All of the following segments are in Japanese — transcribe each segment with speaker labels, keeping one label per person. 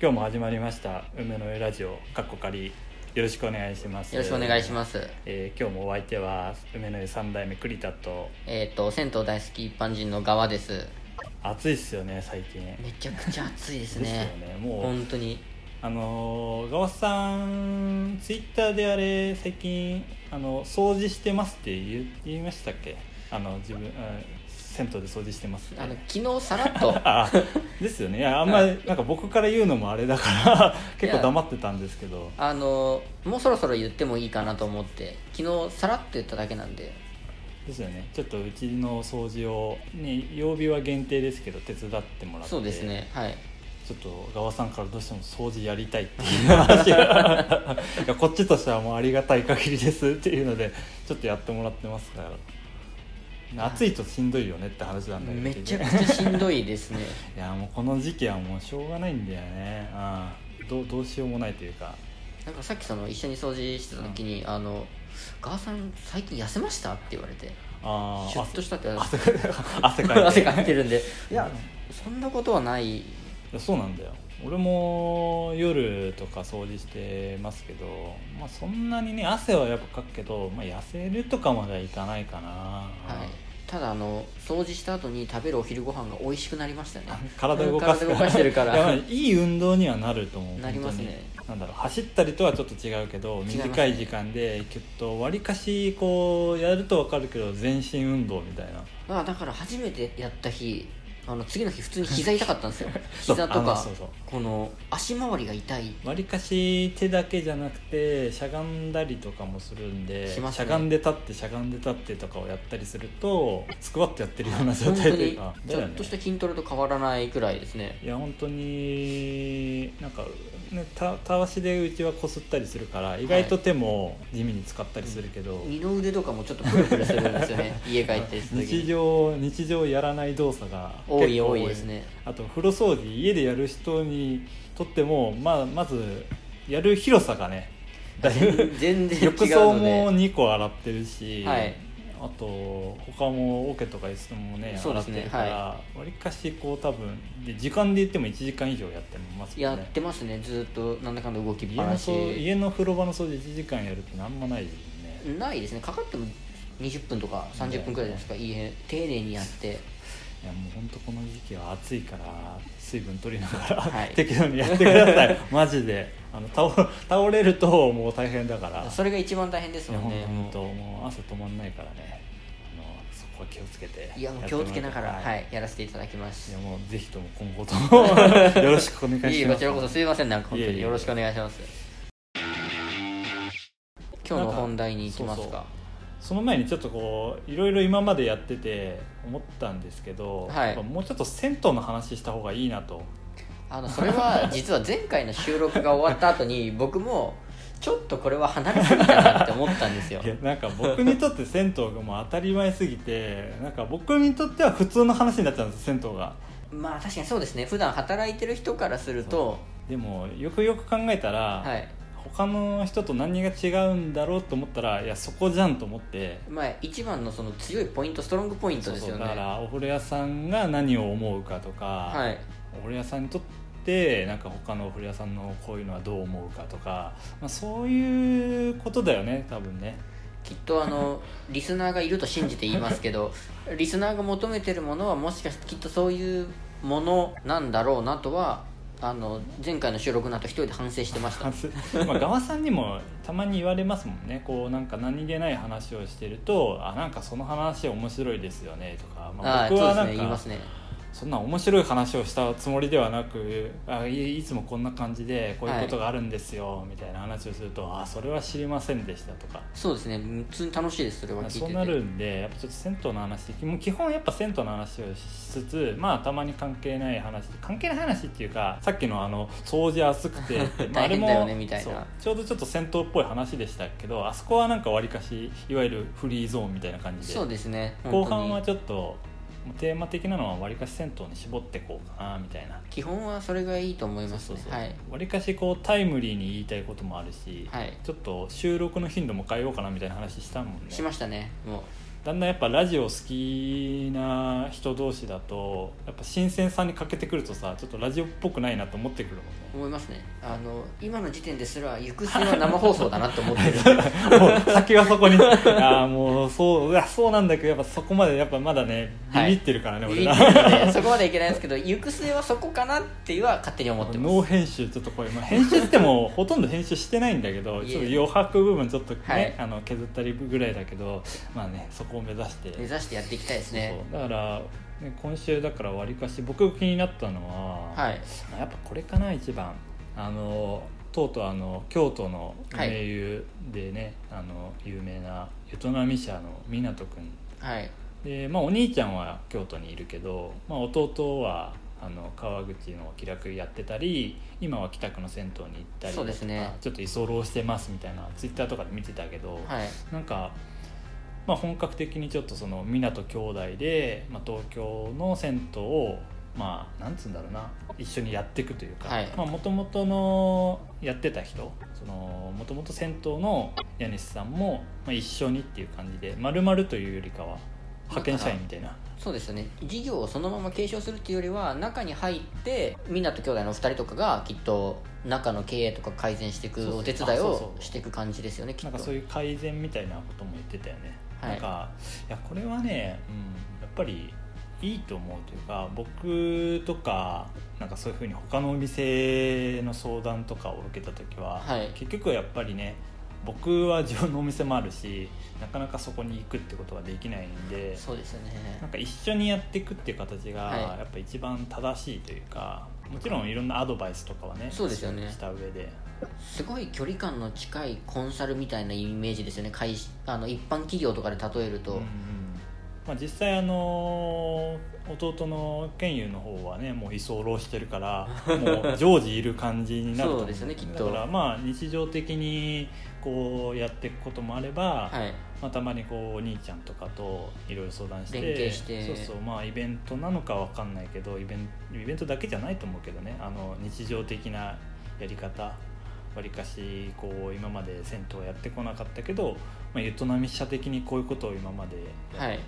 Speaker 1: 今日も始まりました梅の上ラジオかっこかりよろしくお願いします、
Speaker 2: よろしくお願いしますす。
Speaker 1: えー今日もお相手は梅の上三代目栗田と
Speaker 2: えっ、と、銭湯大好き一般人の側です。
Speaker 1: 暑いっすよね最近
Speaker 2: めちゃくちゃ暑いです
Speaker 1: ですよ
Speaker 2: ね。
Speaker 1: ねもう
Speaker 2: 本当に。
Speaker 1: あのーガオスさんツイッターであれ最近あの掃除してますって言い言いましたっけあの自分、うん、銭湯で掃除してますって。
Speaker 2: あの、昨日さらっと
Speaker 1: あですよねいやあんまりなんか僕から言うのもあれだから結構黙ってたんですけど
Speaker 2: あのもうそろそろ言ってもいいかなと思って昨日さらっと言っただけなんで
Speaker 1: ですよねちょっとうちの掃除を、ね、曜日は限定ですけど手伝ってもらって
Speaker 2: そうですねはい
Speaker 1: ちょっと側さんからどうしても掃除やりたいっていう話が いやこっちとしてはもうありがたい限りですっていうのでちょっとやってもらってますから暑いとしんどいよねって話なんだけど
Speaker 2: めちゃくちゃしんどいです ね
Speaker 1: いやもうこの時期はもうしょうがないんだよねあどうどうしようもないというか
Speaker 2: なんかさっきその一緒に掃除してた時に「あのガーさん最近痩せました?」って言われて
Speaker 1: あ
Speaker 2: シ
Speaker 1: ー
Speaker 2: ュッとしたって言われ
Speaker 1: 汗
Speaker 2: て
Speaker 1: かいて汗かいて
Speaker 2: 汗かいてるんで
Speaker 1: いや
Speaker 2: そんなことはない
Speaker 1: いやそうなんだよ俺も夜とか掃除してますけど、まあ、そんなにね汗はやっぱかくけど、まあ、痩せるとかまではいかないかな、
Speaker 2: はい、ただあの掃除した後に食べるお昼ご飯が美味しくなりましたね
Speaker 1: 体動かす
Speaker 2: 体動かしてるか
Speaker 1: いやまあ
Speaker 2: ら
Speaker 1: いい運動にはなると思う
Speaker 2: なりますね
Speaker 1: 本当になんだろう走ったりとはちょっと違うけど
Speaker 2: 違いますね
Speaker 1: 短い時間できっとわりかしこうやると分かるけど全身運動みたいな
Speaker 2: まあだから初めてやった日あの次の日普通に膝痛かったんですよ
Speaker 1: そう
Speaker 2: 膝と
Speaker 1: あの
Speaker 2: か
Speaker 1: そうそう
Speaker 2: この足回りが痛い
Speaker 1: わりかし手だけじゃなくてしゃがんだりとかもするんで
Speaker 2: しますね
Speaker 1: ゃがんで立ってしゃがんで立ってとかをやったりするとスクワットやってるような状態というか
Speaker 2: 本当にちょっとした筋トレと変わらないくらいですね
Speaker 1: いや本当になんか、ね、たたわしでうちはこすったりするから意外と手も地味に使ったりするけど、
Speaker 2: 二の腕とかもちょっとプルプルするんです よね家帰ってする
Speaker 1: 日
Speaker 2: 時に
Speaker 1: 常日常やらない動作が
Speaker 2: 多い
Speaker 1: 結構
Speaker 2: 多いですね
Speaker 1: あと風呂掃除家でやる人にとっても、まあ、まずやる広さがねだいぶ
Speaker 2: 全然違うので
Speaker 1: 浴槽も2個洗ってるし、
Speaker 2: はい
Speaker 1: あと他も桶とか椅子もね
Speaker 2: そう
Speaker 1: 洗っ
Speaker 2: です
Speaker 1: て
Speaker 2: ね
Speaker 1: るからわり、かしこう多分で時間で言っても1時間以上やってます
Speaker 2: や
Speaker 1: よ
Speaker 2: っ
Speaker 1: ね
Speaker 2: てますねずっとなんだかんだ動きっ
Speaker 1: 家
Speaker 2: ぱ
Speaker 1: の
Speaker 2: な
Speaker 1: 掃
Speaker 2: し
Speaker 1: 家の風呂場の掃除1時間やるってあんまないですよね
Speaker 2: ないですねかかっても20分とか30分くらいじゃないですか、いいね丁寧にやって
Speaker 1: いやもう本当この時期は暑いから水分取りながら、
Speaker 2: はい
Speaker 1: 適度にやってくださ いマジであの倒倒れるともう大変だから
Speaker 2: それが一番大変です
Speaker 1: いや
Speaker 2: もん
Speaker 1: 本
Speaker 2: ね
Speaker 1: 当本当
Speaker 2: も
Speaker 1: もう汗止まんないからねあのそこは気をつけて
Speaker 2: ういやもう気をつけながら、
Speaker 1: やっても
Speaker 2: は
Speaker 1: らい
Speaker 2: い、やらせていただきま
Speaker 1: たいい
Speaker 2: す
Speaker 1: やもうぜひとも今後とも よろしくお願いします
Speaker 2: いえいえこちらこそすいませんなんか本当
Speaker 1: いえい
Speaker 2: に
Speaker 1: え
Speaker 2: よろしくお願いします今日の本題に行きます
Speaker 1: なんか
Speaker 2: か
Speaker 1: その前にちょっとこういろいろ今までやってて思ったんですけど、
Speaker 2: はい
Speaker 1: やっぱもうちょっと銭湯の話した方がいいなと
Speaker 2: あのそれ は実は前回の収録が終わった後に僕もちょっとこれは離れすぎたなって思ったんですよ
Speaker 1: いやなんか僕にとって銭湯がもう当たり前すぎてなんか僕にとっては普通の話になっちゃうんですよ銭湯が
Speaker 2: まあ確かにそうですね普段働いてる人からすると
Speaker 1: でもよくよく考えたら、
Speaker 2: はい
Speaker 1: 他の人と何が違うんだろうと思ったらいやそこじゃんと思って
Speaker 2: まあ一番のその強いポイントストロングポイントですよ
Speaker 1: そう
Speaker 2: ね
Speaker 1: そうだからお風呂屋さんが何を思うかとか、
Speaker 2: はい
Speaker 1: お風呂屋さんにとってなんか他のお風呂屋さんのこういうのはどう思うかとか、まあ、そういうことだよね多分 ね
Speaker 2: きっとあの リスナーがいると信じて言います けどリスナーが求めてるものはもしかしてきっとそういうものなんだろうなとはあの前回の収録の後一人で反省してました
Speaker 1: 反省まあ、側さんにもたまに言われますもんねこうなんか何気ない話をしてると「あなんかその話面白いですよね」とか、ま
Speaker 2: あ
Speaker 1: あ、
Speaker 2: あ
Speaker 1: 僕
Speaker 2: そう
Speaker 1: は
Speaker 2: です
Speaker 1: な
Speaker 2: ね
Speaker 1: ん
Speaker 2: 言いま
Speaker 1: か
Speaker 2: すね
Speaker 1: そんな面白い話をしたつもりではなくあいいつもこんな感じでこういうことがあるんですよみたいな話をすると「あそれは知りませんでした」とか。
Speaker 2: そうですね普通に楽しいですそれは
Speaker 1: まあ
Speaker 2: 聞いてて
Speaker 1: そうなるんでやっぱちょっと銭湯の話もう基本やっぱ銭湯の話をしつつまあたまに関係ない話関係ない話っていうかさっきのあの掃除暑く てまああれ
Speaker 2: 大変
Speaker 1: も
Speaker 2: だよねみたいな
Speaker 1: そうちょうどちょっと銭湯っぽい話でしたけどあそこはなんかわりかしいわゆるフリーゾーンみたいな感じで
Speaker 2: そうですね
Speaker 1: 後
Speaker 2: 本当
Speaker 1: 半は
Speaker 2: に
Speaker 1: ちょっとテーマ的なのはわりかし銭湯に絞ってこうかなみたいな
Speaker 2: 基本はそれがいいと思います
Speaker 1: そ
Speaker 2: ね
Speaker 1: うそうそう
Speaker 2: はい
Speaker 1: わりかしこうタイムリーに言いたいこともあるし、
Speaker 2: はい
Speaker 1: ちょっと収録の頻度も変えようかなみたいな話したもんね
Speaker 2: しましたねもう
Speaker 1: だんだんやっぱラジオ好きな人同士だとやっぱ新鮮さに欠けてくるとさちょっとラジオっぽくないなと思ってくるもんね
Speaker 2: 思いますねあの今の時点ですら行く末は生放送だなと思ってる
Speaker 1: もう先はそこにああもうそううわそうなんだけどやっぱそこまでやっぱまだねビビってるからね、
Speaker 2: ビ
Speaker 1: 俺
Speaker 2: ビ
Speaker 1: ら
Speaker 2: ってるの でそこまでいけないんですけど行く末はそこかなっては勝手に思ってま
Speaker 1: ノー編集ちょっとこれ、まあ、編集って言ってもほとんど編集してないんだけど
Speaker 2: いえ
Speaker 1: ちょっと余白部分ちょっとね、
Speaker 2: はい
Speaker 1: あの削ったりぐらいだけどまあねそこを目指して
Speaker 2: す目指してやっていきたいですね
Speaker 1: そうだから、ね、今週だからわりかし僕が気になったのは、
Speaker 2: はい
Speaker 1: まあやっぱこれかな一番あのとうとうあの京都の名優でね、あの有名なベトナミ社の湊君
Speaker 2: はい
Speaker 1: で、まあ、お兄ちゃんは京都にいるけど、まあ、弟はあの川口の気楽やってたり今は北区の銭湯に行ったり
Speaker 2: そう
Speaker 1: と
Speaker 2: です
Speaker 1: か、
Speaker 2: ね
Speaker 1: ちょっと居候してますみたいなツイッターとかで見てたけど、
Speaker 2: はい
Speaker 1: なんか、まあ、本格的にちょっとその湊兄弟で、まあ、東京の銭湯をまあなんつうんだろうな一緒にやっていくというか
Speaker 2: はい
Speaker 1: もともとのやってた人もともと銭湯の家主さんも、まあ、一緒にっていう感じで丸々というよりかは派遣社員みたいな。
Speaker 2: そうですよね事業をそのまま継承するっていうよりは中に入って湊兄弟のお二人とかがきっと中の経営とか改善してい
Speaker 1: そう
Speaker 2: く
Speaker 1: そう
Speaker 2: お手伝い
Speaker 1: あそう
Speaker 2: を
Speaker 1: そう
Speaker 2: していく感じですよねき
Speaker 1: なん
Speaker 2: っ
Speaker 1: か
Speaker 2: と
Speaker 1: そういう改善みたいなことも言ってたよね、
Speaker 2: はい
Speaker 1: なんかいやこれはね、うん、やっぱりいいと思うというか僕とかなんかそういうふうに他のお店の相談とかを受けた時は、
Speaker 2: はい
Speaker 1: 結局はやっぱりね僕は自分のお店もあるしなかなかそこに行くってことができないんで
Speaker 2: そうですよね
Speaker 1: なんか一緒にやっていくっていう形が
Speaker 2: はい
Speaker 1: やっぱ一番正しいというか、もちろんいろんなアドバイスとかはね
Speaker 2: そうですよね
Speaker 1: した上です
Speaker 2: ごい距離感の近いコンサルみたいなイメージですよね会社あの一般企業とかで例えると、
Speaker 1: うんうんまあ、実際あの弟の健友の方はねもう居候してるから もう常時いる感じになると思
Speaker 2: そうですねきっと
Speaker 1: だからまあ日常的にこうやっていくこともあれば、
Speaker 2: はい
Speaker 1: まあ、たまにこうお兄ちゃんとかといろいろ相談して
Speaker 2: 連携して
Speaker 1: そうそうまあイベントなのかわかんないけどイベンイベントだけじゃないと思うけどねあの日常的なやり方わりかしこう今まで銭湯やってこなかったけど、まあ、ゆとなみ社的にこういうことを今まで
Speaker 2: はい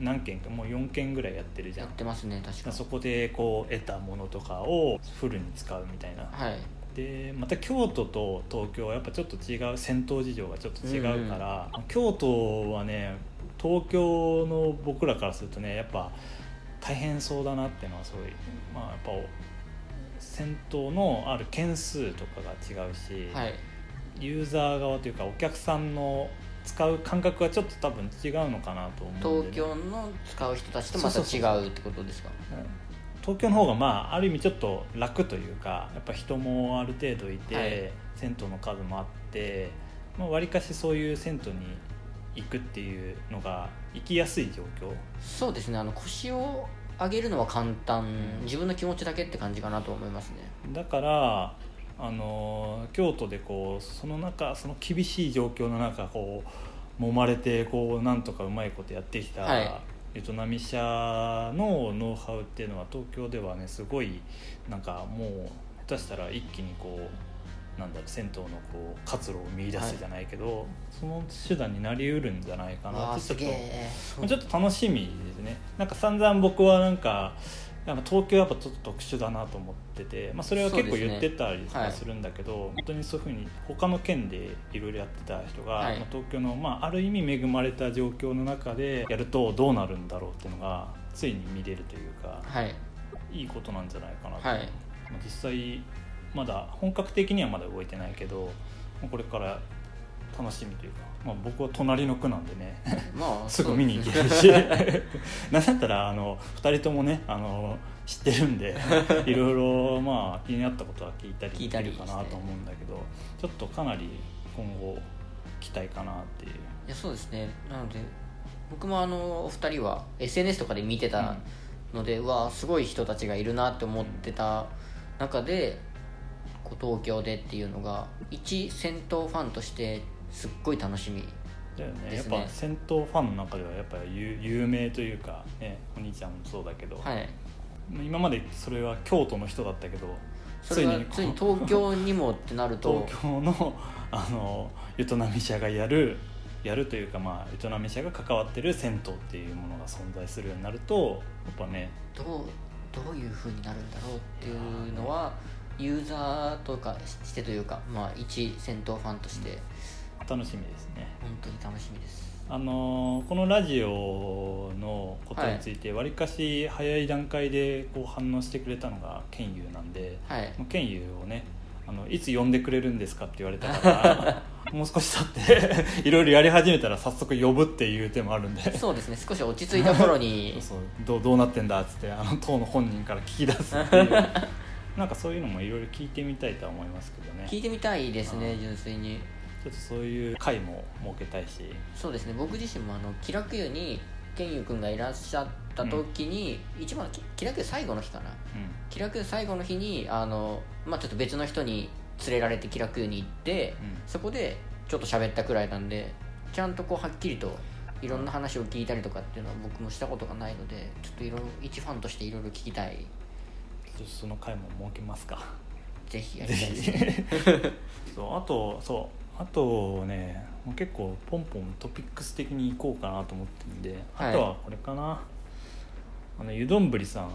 Speaker 1: 何件かもう4件ぐらいやってるじゃ
Speaker 2: や
Speaker 1: ん
Speaker 2: っ。てますね確か
Speaker 1: そこでこう得たものとかをフルに使うみたいな
Speaker 2: はい
Speaker 1: でまた京都と東京はやっぱちょっと違う戦闘事情がちょっと違うから、京都はね東京の僕らからするとねやっぱ大変そうだなっていうのはすごいまあやっぱ戦闘のある件数とかが違うし、
Speaker 2: はい
Speaker 1: ユーザー側というかお客さんの使う感覚がちょっと多分違うのかなと思うんでね、
Speaker 2: 東京の使う人たちとまた
Speaker 1: そうそうそ
Speaker 2: 違うってことですか
Speaker 1: 東京の方がまあある意味ちょっと楽というかやっぱ人もある程度いて、
Speaker 2: はい
Speaker 1: 銭湯の数もあってまあ、割かしそういう銭湯に行くっていうのが行きやすい状況
Speaker 2: そうですねあの腰を上げるのは簡単、
Speaker 1: ん
Speaker 2: 自分の気持ちだけって感じかなと思いますね
Speaker 1: だからあのー京都でこうその中その厳しい状況の中こう揉まれてこうなんとかうまいことやってきた、
Speaker 2: はい
Speaker 1: ベトナミ社のノウハウっていうのは東京ではねすごいなんかもう下手したら一気にこうなんだろう銭湯のこう活路を見出すじゃないけど、その手段になりうるんじゃないかな
Speaker 2: わ
Speaker 1: っ
Speaker 2: あ
Speaker 1: てち
Speaker 2: す
Speaker 1: ょっ
Speaker 2: げ
Speaker 1: と
Speaker 2: え
Speaker 1: まあちょっと楽しみですねなんか散々僕はなんかやっぱ東京やっぱちょっと特殊だなと思ってて、まあ、それは結
Speaker 2: そ
Speaker 1: 構
Speaker 2: うですね
Speaker 1: 言ってたりと
Speaker 2: は
Speaker 1: か
Speaker 2: い
Speaker 1: するんだけど、本当にそういうふうに他の県でいろいろやってた人が、
Speaker 2: はい
Speaker 1: まあ東京の、まあ、ある意味恵まれた状況の中でやるとどうなるんだろうっていうのがついに見れるというか
Speaker 2: はい
Speaker 1: いいことなんじゃないかなと、
Speaker 2: はい
Speaker 1: まあ実際まだ本格的にはまだ動いてないけどまあこれから楽しみというか、まあ、僕は隣の区なんでね
Speaker 2: ま あ
Speaker 1: す
Speaker 2: そ
Speaker 1: ぐ
Speaker 2: う
Speaker 1: 見に行けるし なんだったらあの2人ともねあの知ってるん でいろいろまあ気になったことは聞いたり
Speaker 2: 聞
Speaker 1: で
Speaker 2: いた
Speaker 1: き
Speaker 2: り
Speaker 1: るかなと思うんだけどちょっとかなり今後期待かなっていう
Speaker 2: いやそうですねなので僕もあのお二人は SNS とかで見てたので、うわあすごい人たちがいるなって思ってた中でこう東京でっていうのが一戦闘ファンとしてすっごい楽しみ
Speaker 1: だよね
Speaker 2: で
Speaker 1: やっ
Speaker 2: すね
Speaker 1: ぱ戦闘ファンの中ではやっぱ有有名というか、ね、お兄ちゃんもそうだけど、
Speaker 2: はい
Speaker 1: 今までそれは京都の人だったけど
Speaker 2: それが
Speaker 1: こう
Speaker 2: ついに東京にもってなる と
Speaker 1: 東京のあのゆとなみ社がやるやるというか、まあ、営み者が関わってる銭湯っていうものが存在するようになるとやっぱね
Speaker 2: どうどういう風になるんだろうっていうのはユーザーとかししてというかまあ一戦闘ファンとして
Speaker 1: 楽しみですね。
Speaker 2: 本当に楽しみです
Speaker 1: あのーこのラジオのことについてわりかし早い段階でこう反応してくれたのが剣佑なんで、
Speaker 2: はい
Speaker 1: まあ剣佑をねあのいつ呼んでくれるんですかって言われたから もう少し経って いろいろやり始めたら早速呼ぶっていう手もあるんで
Speaker 2: そうですね少し落ち着いた頃
Speaker 1: そう
Speaker 2: に
Speaker 1: そうどうどうなってんだっつってあの党の本人から聞き出す っていうなんかそういうのもいろいろ聞いてみたいとは思いますけどね
Speaker 2: 聞い
Speaker 1: ちょ
Speaker 2: てみたいです
Speaker 1: う
Speaker 2: ね
Speaker 1: ん
Speaker 2: 純粋に
Speaker 1: っとそういう回も設けたいし
Speaker 2: そうですね僕自身もあの気楽湯に健佑君がいらっしゃった時に、一番き気楽湯最後の日かな
Speaker 1: う
Speaker 2: 気楽湯最後の日にあの、まあ、ちょっと別の人に連れられて気楽湯に行って、
Speaker 1: ん、うん
Speaker 2: そこでちょっと喋ったくらいなんでちゃんとこうはっきりといろんな話を聞いたりとかっていうのは僕もしたことがないのでちょっといろいろ一ファンとしていろいろ聞きたい
Speaker 1: ちょっとその回も設けますか
Speaker 2: ぜひやり
Speaker 1: ぜ
Speaker 2: たいです
Speaker 1: ひ
Speaker 2: ね
Speaker 1: そうあとそうあとねもう結構ポンポントピックス的にいこうかなと思ってるんで、
Speaker 2: はい
Speaker 1: あとはこれかなあの湯どんぶりさん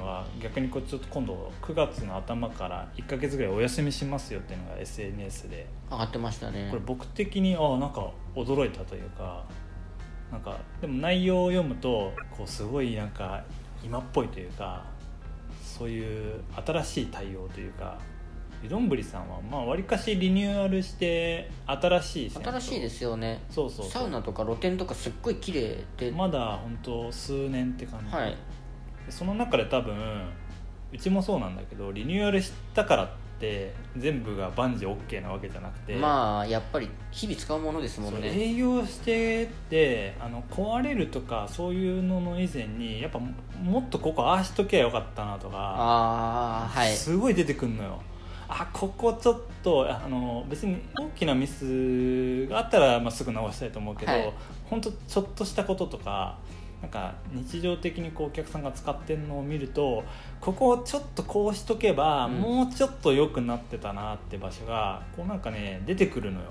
Speaker 1: は逆にこうちょっと今度9月の頭から1ヶ月ぐらいお休みしますよっていうのが SNS で
Speaker 2: 上がってましたね
Speaker 1: これ僕的にあなんか驚いたというかなんかでも内容を読むとこうすごいなんか今っぽいというかそういう新しい対応というか湯どんぶりさんはまあわりかしリニューアルして新しい銭湯
Speaker 2: 新しいですよね
Speaker 1: そうそうそう
Speaker 2: サウナとか露天とかすっごい綺麗で、
Speaker 1: まだ本当数年って感じ、
Speaker 2: はい
Speaker 1: でその中で多分うちもそうなんだけどリニューアルしたからって全部が万事 OK なわけじゃなくて
Speaker 2: まあやっぱり日々使うものですもん
Speaker 1: そう
Speaker 2: ね
Speaker 1: 営業しててあの壊れるとかそういうのの以前にやっぱももっとここああしときゃよかったなとか、
Speaker 2: ああはい
Speaker 1: すごい出てくんのよあここちょっとあの別に大きなミスがあったら、まあ、すぐ直したいと思うけど、
Speaker 2: はい
Speaker 1: ほんとちょっとしたこととかなんか日常的にこうお客さんが使ってるのを見るとここをちょっとこうしとけば、
Speaker 2: うん
Speaker 1: もうちょっと良くなってたなって場所がこうなんかね出てくるのよ。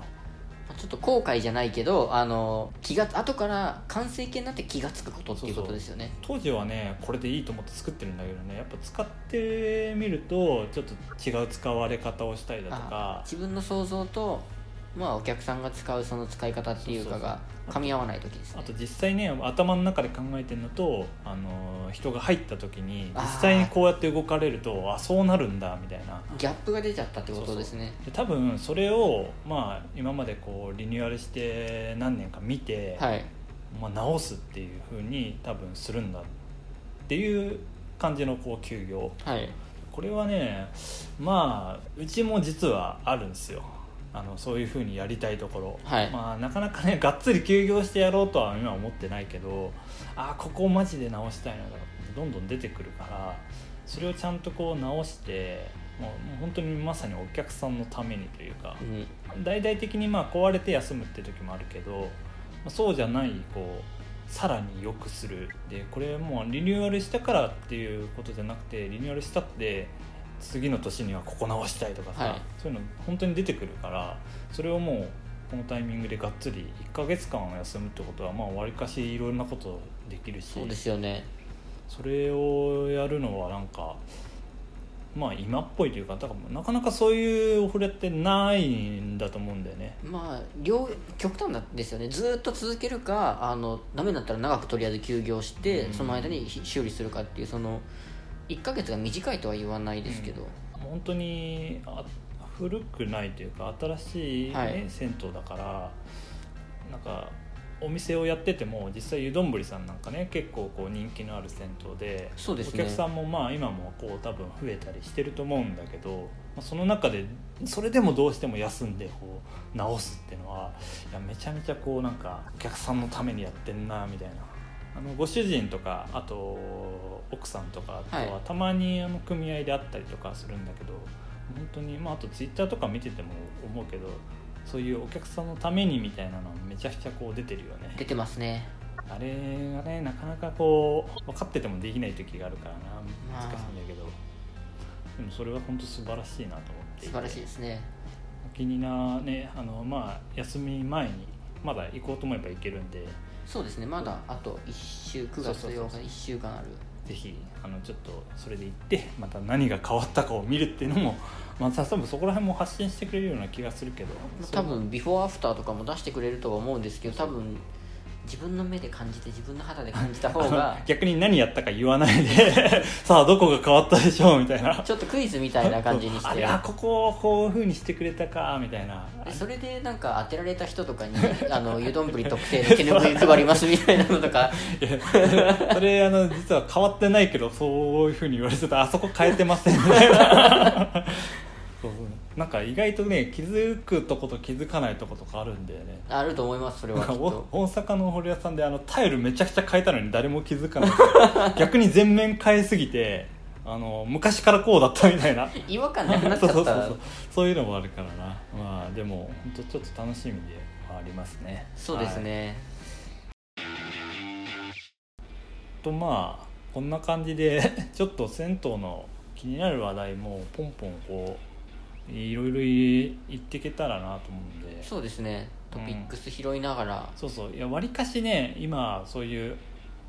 Speaker 2: ちょっと後悔じゃないけどあの気が後から完成形になって気が付くことっていうことですよね
Speaker 1: 当時はねこれでいいと思って作ってるんだけどねやっぱ使ってみるとちょっと違う使われ方をしたりだと
Speaker 2: あ
Speaker 1: か
Speaker 2: 自分の想像と、まあ、お客さんが使うその使い方っていうかが
Speaker 1: そうそうそう
Speaker 2: 噛み合わない時です
Speaker 1: あ
Speaker 2: ね
Speaker 1: と実際ね頭の中で考えてるのとあの人が入った時に
Speaker 2: あー
Speaker 1: 実際にこうやって動かれるとあそうなるんだみたいな
Speaker 2: ギャップが出ちゃったってことですね
Speaker 1: で多分それをまあ今までこうリニューアルして何年か見て、
Speaker 2: はい
Speaker 1: まあ、直すっていう風に多分するんだっていう感じのこう休業
Speaker 2: はい
Speaker 1: これはねまあうちも実はあるんですよあのそういうふうにやりたいところ、
Speaker 2: はい
Speaker 1: まあ、なかなかねがっつり休業してやろうとは今は思ってないけどあーここをマジで直したいなとどんどん出てくるからそれをちゃんとこう直してもうもう本当にまさにお客さんのためにというか
Speaker 2: うん
Speaker 1: 大々的にまあ壊れて休むって時もあるけど、まあそうじゃないこうさらに良くするでこれもうリニューアルしたからっていうことじゃなくてリニューアルしたって次の年にはここ直したいとかさ、
Speaker 2: はい
Speaker 1: そういうの本当に出てくるからそれをもうこのタイミングでがっつり1ヶ月間休むってことはまあわりかしいろんなことできるし
Speaker 2: そうですよね
Speaker 1: それをやるのはなんかまあ今っぽいというかだからなかなかそういうお触れってないんだと思うんだよね
Speaker 2: まあ両極端なんですよねずーっと続けるかあのダメになったら長くとりあえず休業して、
Speaker 1: うん
Speaker 2: その間に修理するかっていうその1ヶ月が短いとは言わないですけど、
Speaker 1: 本当にあ古くないというか新しい、ね
Speaker 2: はい
Speaker 1: 銭湯だからなんかお店をやってても実際湯どんぶりさんなんかね結構こう人気のある銭湯で
Speaker 2: そうです
Speaker 1: お
Speaker 2: ね
Speaker 1: 客さんもまあ今もこう多分増えたりしてると思うんだけど、まあ、その中でそれでもどうしても休んでこう直すっていうのはいやめちゃめちゃこうなんかお客さんのためにやってんなみたいなあのご主人とかあと奥さんとかと
Speaker 2: は
Speaker 1: はいたまにあの組合であったりとかするんだけど、本当にまああとツイッターとか見てても思うけどそういうお客さんのためにみたいなのめちゃくちゃこう出てるよね
Speaker 2: 出てますね
Speaker 1: あれがねなかなかこう分かっててもできない時があるからな
Speaker 2: まあ
Speaker 1: 難しいんだけどでもそれは本当素晴らしいなと思って
Speaker 2: 素晴らしいですね
Speaker 1: お気になねあのまあ休み前にまだ行こうと思えば行けるんで
Speaker 2: そうですねまだあと1週9
Speaker 1: そう
Speaker 2: 月
Speaker 1: そうそう
Speaker 2: 8日1週間ある
Speaker 1: ぜひあのちょっとそれで行ってまた何が変わったかを見るっていうのも、 まあ、多分そこら辺も発信してくれるような気がするけど
Speaker 2: まあ多分ビフォーアフターとかも出してくれるとは思うんですけど多分自分の目で感じて自分の肌で感じた方
Speaker 1: あの
Speaker 2: が
Speaker 1: 逆に何やったか言わないで さあどこが変わったでしょうみたいな
Speaker 2: ちょっとクイズみたいな感じにし
Speaker 1: あ
Speaker 2: て
Speaker 1: れあここをこういうふうにしてくれたかみたいな
Speaker 2: でそれでなんか当てられた人とか に「あの湯どんぶり特製の手拭い配ります」みたいなのとか
Speaker 1: それあの実は変わってないけどそういうふうに言われてたあそこ変えてま せんみたいなそうそうなんか意外とね気づくとこと気づかないとことかあるんだよね
Speaker 2: あると思いますそれ
Speaker 1: な
Speaker 2: は
Speaker 1: ん
Speaker 2: き
Speaker 1: か
Speaker 2: っ
Speaker 1: お
Speaker 2: と
Speaker 1: 大阪の堀屋さんであのタイルめちゃくちゃ変えたのに誰も気づかない逆に全面変えすぎてあの昔からこうだったみたいな
Speaker 2: 違和感なくなっちゃった
Speaker 1: そうそうそうそうそういうのもあるからなまあでも本当ちょっと楽しみではありますね
Speaker 2: そうです
Speaker 1: はい
Speaker 2: ね、
Speaker 1: とまあこんな感じで ちょっと銭湯の気になる話題もポンポンこういろいろ言っていけたらなと思うんで
Speaker 2: そうですねトピックス拾いながら、
Speaker 1: そうそういやわりかしね今そういう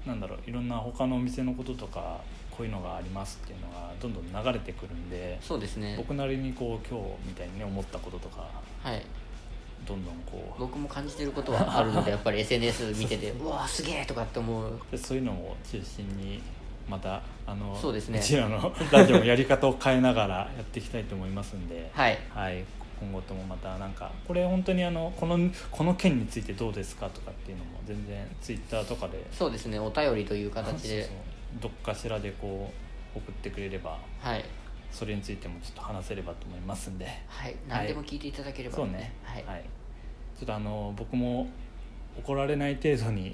Speaker 1: なんだろういろんな他のお店のこととかこういうのがありますっていうのがどんどん流れてくるんで
Speaker 2: そうですね
Speaker 1: 僕なりにこう今日みたいにね思ったこととか
Speaker 2: はい
Speaker 1: どんどんこう
Speaker 2: 僕も感じてることはあるのでやっぱり SNS 見てて
Speaker 1: そう
Speaker 2: うわーすげえとかって思う
Speaker 1: でそういうのも中心にまたあの
Speaker 2: そうですね
Speaker 1: ちらのラジオもやり方を変えながらやっていきたいと思いますんで。
Speaker 2: はい
Speaker 1: はい、今後ともまたなんかこれ本当にあのこのこの件についてどうですかとかっていうのも全然ツイッターとかで
Speaker 2: そうですねお便りという形で
Speaker 1: そうそうどっかしらでこう送ってくれれば
Speaker 2: はい
Speaker 1: それについてもちょっと話せればと思いますんで
Speaker 2: はい何でも聞いていただければ、
Speaker 1: そうね
Speaker 2: はい、
Speaker 1: ちょっとあの僕も怒られない程度 に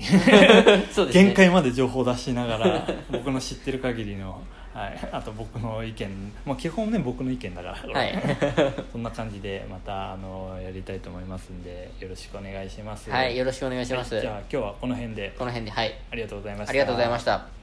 Speaker 2: そうですね
Speaker 1: 限界まで情報を出しなが ら僕の知ってる限りの、はい、あと僕の意見、まあ、基本ね僕の意見だから、
Speaker 2: はい
Speaker 1: そんな感じでまたあのやりたいと思いますんでよろしくお願いします。
Speaker 2: はいよろしくお願いします、
Speaker 1: じゃあ今日はこの辺で
Speaker 2: この辺ではい
Speaker 1: ありがとうございました。
Speaker 2: ありがとうございました